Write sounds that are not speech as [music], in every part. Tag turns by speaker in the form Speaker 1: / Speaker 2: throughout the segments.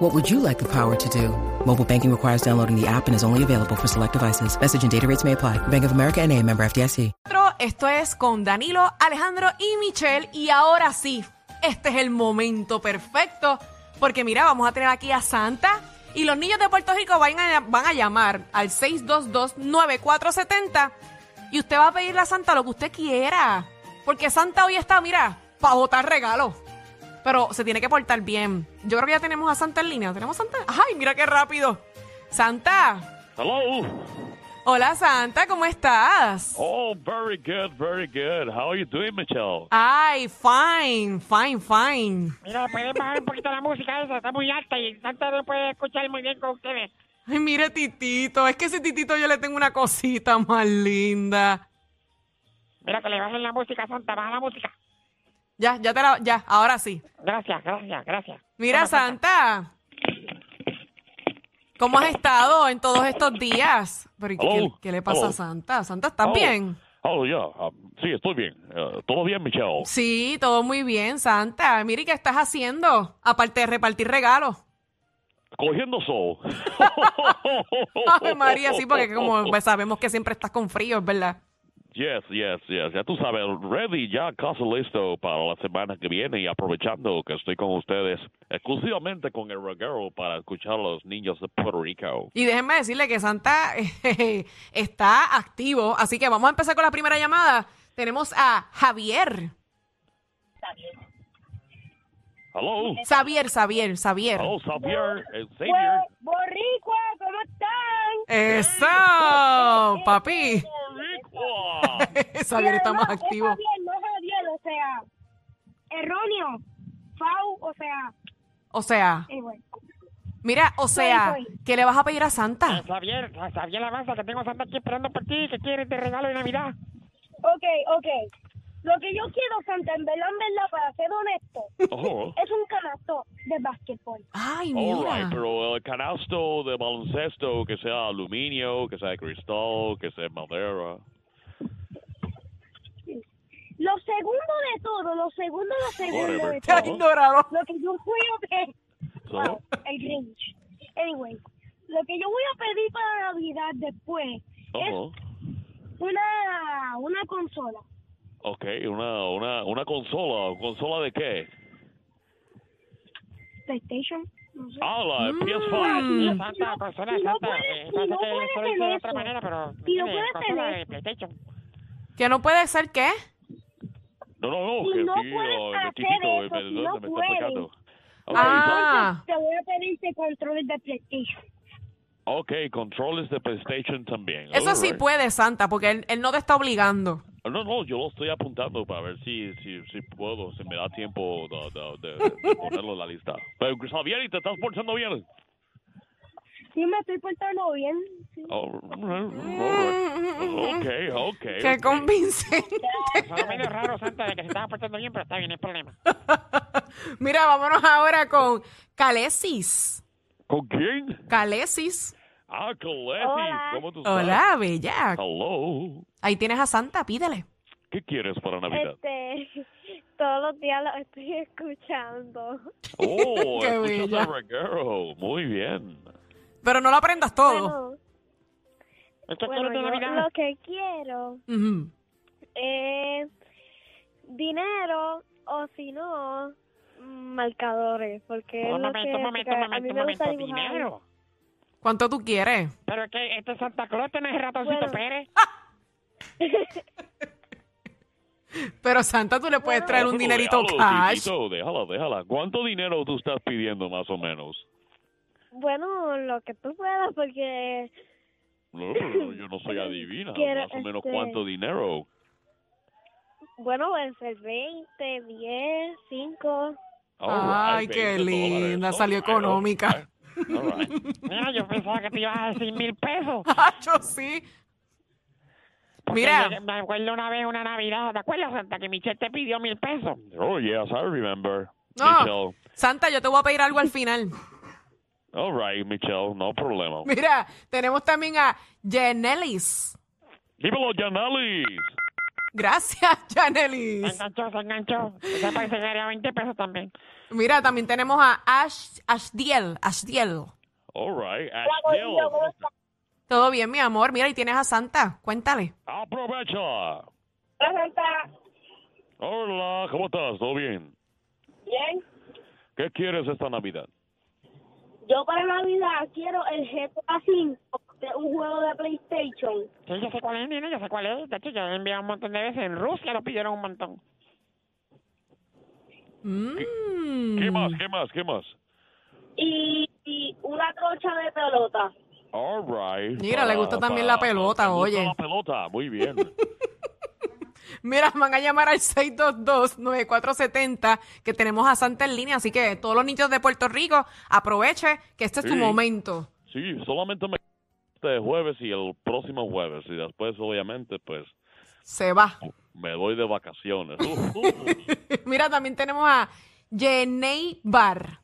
Speaker 1: What would you like the power to do? Mobile banking requires downloading the app and is only available for select devices. Message and data rates may apply. Bank of America and a member FDIC.
Speaker 2: Otro, Esto es con Danilo, Alejandro y Michelle. Y ahora sí, este es el momento perfecto. Porque mira, vamos a tener aquí a Santa. Y los niños de Puerto Rico van a, van a llamar al 622-9470. Y usted va a pedirle a Santa lo que usted quiera. Porque Santa hoy está, mira, para botar regalos. Pero se tiene que portar bien. Yo creo que ya tenemos a Santa en línea. ¿Tenemos a Santa? ¡Ay, mira qué rápido! Santa.
Speaker 3: Hello.
Speaker 2: Hola, Santa, ¿cómo estás?
Speaker 3: Oh, very good, very good. How are you doing, Michelle?
Speaker 2: Ay, fine, fine, fine.
Speaker 4: Mira, pueden bajar un poquito la música esa, está muy alta y Santa no puede escuchar muy bien con ustedes.
Speaker 2: Ay, mire, Titito, es que ese Titito yo le tengo una cosita más linda.
Speaker 4: Mira, que le bajen la música, Santa, baja la música.
Speaker 2: Ya, ya te la, ya, ahora sí.
Speaker 4: Gracias, gracias, gracias.
Speaker 2: Mira, Santa. ¿Cómo has estado en todos estos días? Pero, ¿y ¿qué,
Speaker 3: Hello.
Speaker 2: qué le pasa a
Speaker 3: Hello.
Speaker 2: Santa? Santa, ¿estás
Speaker 3: Oh.
Speaker 2: bien?
Speaker 3: Oh, yeah. um, sí, estoy bien. Eh, ¿Todo bien, Michelle?
Speaker 2: Sí, todo muy bien, Santa. Mire, ¿qué estás haciendo? Aparte de repartir
Speaker 3: [laughs]
Speaker 2: regalos.
Speaker 3: Cogiendo sol.
Speaker 2: Ay, María, sí, porque como pues, sabemos que siempre estás con frío, es verdad.
Speaker 3: Yes, yes, yes. Ya tú sabes, ready, ya casi listo para la semana que viene y aprovechando que estoy con ustedes, exclusivamente con el reguero para escuchar a los niños de Puerto Rico.
Speaker 2: Y déjenme decirle que Santa [laughs] está activo, así que vamos a empezar con la primera llamada. Tenemos a Javier.
Speaker 3: Hello.
Speaker 2: Xavier, Xavier, Xavier.
Speaker 3: Hello, Xavier. eh, Xavier.
Speaker 5: Pues, Boricua, ¿cómo están?
Speaker 2: Eso, papi. [laughs]
Speaker 3: Boricua.
Speaker 2: Xavier está Ah, más
Speaker 5: No, es
Speaker 2: activo.
Speaker 5: Javier, no Javier, o sea, erróneo. Fau, o sea,
Speaker 2: O sea,
Speaker 5: igual.
Speaker 2: mira, o sea,
Speaker 5: soy.
Speaker 2: ¿qué le vas a pedir a
Speaker 4: Eh,
Speaker 2: Santa?
Speaker 4: Xavier, Xavier avanza, que tengo a Santa aquí esperando por ti, que quieres de regalo de Navidad.
Speaker 5: Ok, ok. Lo que yo quiero, Santa, en verdad, en verdad, para ser honesto,
Speaker 3: Oh.
Speaker 5: es un canasto de básquetbol.
Speaker 2: Ay,
Speaker 3: All right,
Speaker 2: [laughs] mira.
Speaker 3: pero el canasto de baloncesto, que sea aluminio, que sea cristal, que sea madera.
Speaker 5: Lo segundo de todo, lo segundo, lo segundo
Speaker 3: Whatever.
Speaker 5: de
Speaker 2: Te ha
Speaker 5: todo.
Speaker 2: ignorado.
Speaker 5: Lo que yo fui a pedir.
Speaker 3: So,
Speaker 5: Wow, el Grinch. Anyway, lo que yo voy a pedir para Navidad después
Speaker 3: ¿cómo?
Speaker 5: es una, una consola.
Speaker 3: Ok, una, una, una consola. ¿Consola de qué?
Speaker 5: PlayStation. No sé.
Speaker 3: Ah, la
Speaker 2: Mm.
Speaker 3: PS5.
Speaker 4: Mira, Oh, Santa, consola de
Speaker 5: si no
Speaker 4: Santa.
Speaker 5: puedes-
Speaker 4: eh,
Speaker 5: si
Speaker 4: pasa
Speaker 5: no
Speaker 4: que
Speaker 5: puedes
Speaker 4: eso lo
Speaker 5: en
Speaker 4: hice de otra
Speaker 5: eso,
Speaker 4: manera, pero.
Speaker 5: si no
Speaker 4: mire,
Speaker 5: puedes
Speaker 4: consola
Speaker 5: en
Speaker 4: de
Speaker 5: eso.
Speaker 4: PlayStation.
Speaker 2: ¿Que no puede ser qué?
Speaker 3: No, no, no,
Speaker 5: Si
Speaker 3: que
Speaker 5: no
Speaker 3: sí,
Speaker 5: puedes
Speaker 3: oh,
Speaker 5: hacer
Speaker 3: chiquito,
Speaker 5: eso,
Speaker 3: me,
Speaker 5: si no
Speaker 3: me está sacando. Ok,
Speaker 2: Ah,
Speaker 5: Te voy a pedir ese control de PlayStation.
Speaker 3: so- ok, controles de PlayStation también.
Speaker 2: eso
Speaker 3: all
Speaker 2: sí
Speaker 3: right. Ah,
Speaker 2: puede, Santa, porque él, él no te está obligando.
Speaker 3: No, no, yo lo estoy apuntando para ver si, si, si puedo, si me da tiempo de, de- de- de ponerlo en la lista. Pero, Xavier, ¿y te estás portando bien?
Speaker 5: Sí, me estoy portando bien. sí.
Speaker 3: Oh, okay, okay.
Speaker 2: [laughs] Qué convincente. [laughs]
Speaker 4: Sonó medio raro, Santa, de que se estaba portando bien, pero está bien, no hay problema.
Speaker 2: Mira, vámonos ahora con Calesis.
Speaker 3: ¿Con quién?
Speaker 2: Calesis.
Speaker 3: Ah, Coletti.
Speaker 5: Hola.
Speaker 3: ¿Cómo tú estás?
Speaker 2: Hola, bella.
Speaker 3: Hello.
Speaker 2: Ahí tienes a Santa, pídele.
Speaker 3: ¿Qué quieres para Navidad?
Speaker 2: Eh, [laughs]
Speaker 5: Este, [laughs] todos los días lo estoy escuchando.
Speaker 3: Oh,
Speaker 2: Qué
Speaker 3: escuchas
Speaker 2: bella.
Speaker 3: a Reguero. Muy bien.
Speaker 2: Pero no lo aprendas todo.
Speaker 5: Bueno,
Speaker 4: ¿Esto
Speaker 5: bueno,
Speaker 4: quieres de
Speaker 5: yo
Speaker 4: Navidad?
Speaker 5: lo que quiero
Speaker 2: Ujú.
Speaker 5: es dinero o si no, marcadores. Porque es
Speaker 4: Un
Speaker 5: lo
Speaker 4: momento,
Speaker 5: que-
Speaker 4: un momento,
Speaker 5: porque
Speaker 4: un
Speaker 5: a mí
Speaker 4: momento, un
Speaker 5: me gusta
Speaker 4: momento.
Speaker 5: dibujar.
Speaker 4: Dinero.
Speaker 2: ¿Cuánto tú quieres?
Speaker 4: Pero es que este Santa Claus no es ratoncito
Speaker 5: Bueno.
Speaker 4: Pérez.
Speaker 2: Pero Santa, tú le puedes traer un
Speaker 3: Pero
Speaker 2: dinerito
Speaker 3: déjalo,
Speaker 2: cash.
Speaker 3: chiquito, déjala, déjala. ¿Cuánto dinero tú estás pidiendo más o menos?
Speaker 5: Bueno, lo que tú puedas, porque
Speaker 3: No, pero yo no soy
Speaker 2: Pues,
Speaker 3: adivina.
Speaker 5: Quiero,
Speaker 3: Más o menos
Speaker 5: este-
Speaker 3: cuánto dinero.
Speaker 5: Bueno, pueden ser 20, 10, 5.
Speaker 3: All
Speaker 2: Ay,
Speaker 3: right,
Speaker 2: qué
Speaker 3: 20 dólares.
Speaker 2: linda,
Speaker 3: All
Speaker 2: salió [laughs]
Speaker 3: right,
Speaker 2: económica.
Speaker 3: all right.
Speaker 2: Ah,
Speaker 4: Mira, yo pensaba que te ibas a decir mil pesos.
Speaker 2: Hacho, sí. Mira.
Speaker 4: Me acuerdo una vez, una Navidad, ¿te acuerdas, Santa, que Michelle te pidió mil pesos?
Speaker 3: Oh, yes, I
Speaker 2: [laughs]
Speaker 3: remember.
Speaker 2: No.
Speaker 3: Michelle.
Speaker 2: Santa, yo te voy a pedir algo al
Speaker 3: [laughs]
Speaker 2: final.
Speaker 3: All right, Michelle, no problema.
Speaker 2: Mira, tenemos también a Janelis.
Speaker 3: Dímelo, Janalis.
Speaker 2: Gracias, [laughs]
Speaker 4: Se
Speaker 2: Janelis.
Speaker 4: enganchó, se enganchó. Esa parece que era 20 pesos también.
Speaker 2: Mira, también tenemos a Ash, Ashdiel. Ashdiel.
Speaker 3: All right,
Speaker 5: gordita, ¿cómo
Speaker 3: Ashdiel.
Speaker 5: está?
Speaker 2: Todo bien, mi amor. Mira, y tienes a Santa. Cuéntale.
Speaker 3: Aprovecha.
Speaker 5: Hola, Santa.
Speaker 3: Hola, ¿cómo estás? ¿Todo bien?
Speaker 5: Bien.
Speaker 3: ¿Qué quieres esta Navidad?
Speaker 5: Yo para Navidad quiero el GTA 5 de un juego de PlayStation.
Speaker 4: Sí, yo sé cuál es, nena, yo sé cuál es. De hecho, yo lo he enviado un montón de veces. En Rusia lo pidieron un montón.
Speaker 2: Mm.
Speaker 3: ¿Qué más? ¿Qué más? ¿Qué más?
Speaker 5: Y, y una trocha de pelota.
Speaker 3: All right.
Speaker 2: Mira, le gusta también la pelota,
Speaker 3: le gusta
Speaker 2: oye.
Speaker 3: La pelota, muy
Speaker 2: [laughs]
Speaker 3: bien.
Speaker 2: Mira, van a llamar al 622-9470, que tenemos a Santa en línea. Así que todos los niños de Puerto Rico, aproveche que este es tu
Speaker 3: Sí.
Speaker 2: momento.
Speaker 3: sí, solamente me este jueves y el próximo jueves y después obviamente pues
Speaker 2: Se va. [laughs]
Speaker 3: me voy de vacaciones. Uf, uf.
Speaker 2: Mira, también tenemos a Jenei Bar.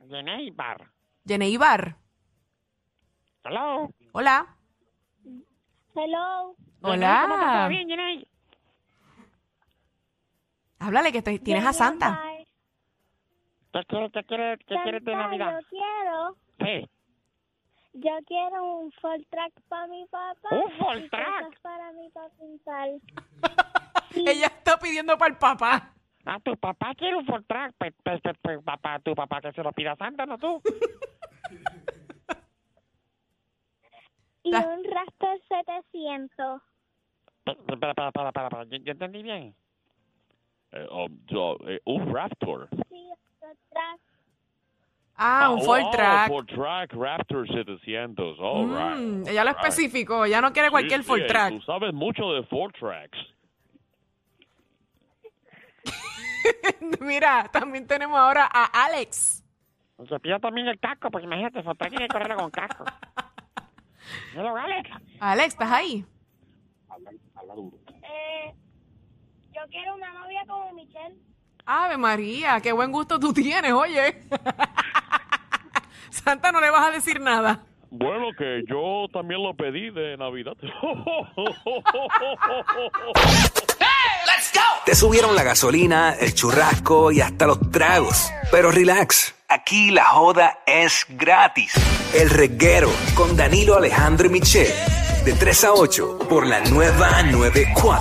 Speaker 4: De Neibar.
Speaker 2: Jenei Bar.
Speaker 4: Hello.
Speaker 2: Hola.
Speaker 5: Hello.
Speaker 4: Yenei, ¿Cómo está? ¿Todo
Speaker 2: Hola.
Speaker 4: bien, Yenei?
Speaker 2: Háblale que te- tienes a Santa.
Speaker 4: ¿Qué quieres, qué quieres, qué quieres de Navidad?
Speaker 5: quiero,
Speaker 4: Sí.
Speaker 5: yo quiero un full track para mi papá.
Speaker 4: Un full y track. cosas
Speaker 5: Para mi papá
Speaker 2: Ella está pidiendo para el papá.
Speaker 4: Ah, tu papá quiere un Fortrack. Pues, pues, pues, pues, papá, tu papá que se lo pida a Santa, no tú.
Speaker 5: Y
Speaker 2: Ta-
Speaker 5: un Raptor 700.
Speaker 4: Pero, Para, para, para, para, para. Yo, yo entendí bien.
Speaker 3: Eh, um, yo, eh, un Raptor.
Speaker 5: Sí, un track.
Speaker 2: Ah, un full
Speaker 3: oh,
Speaker 2: track.
Speaker 3: Full track Raptor 700. All right.
Speaker 2: Mm, ella lo
Speaker 3: all right.
Speaker 2: especificó. Ella no quiere cualquier
Speaker 3: Sí,
Speaker 2: full
Speaker 3: sí,
Speaker 2: track.
Speaker 3: Tú sabes mucho de full tracks.
Speaker 2: [laughs] Mira, también tenemos ahora a Alex.
Speaker 4: Se pidió también el casco, porque imagínate, Fortrack tiene que correr con casco. Hello, Alex.
Speaker 2: Alex, ¿estás ahí?
Speaker 5: Eh, yo quiero una novia como Michelle.
Speaker 2: Ave María, qué buen gusto tú tienes, oye. [laughs] Santa, no le vas a decir nada.
Speaker 3: Bueno, que yo también lo pedí de Navidad. [laughs]
Speaker 6: Te subieron la gasolina, el churrasco y hasta los tragos. Pero relax, aquí la joda es gratis. El reguero con Danilo Alejandro y Michel, de 3 a 8 por la nueva 94.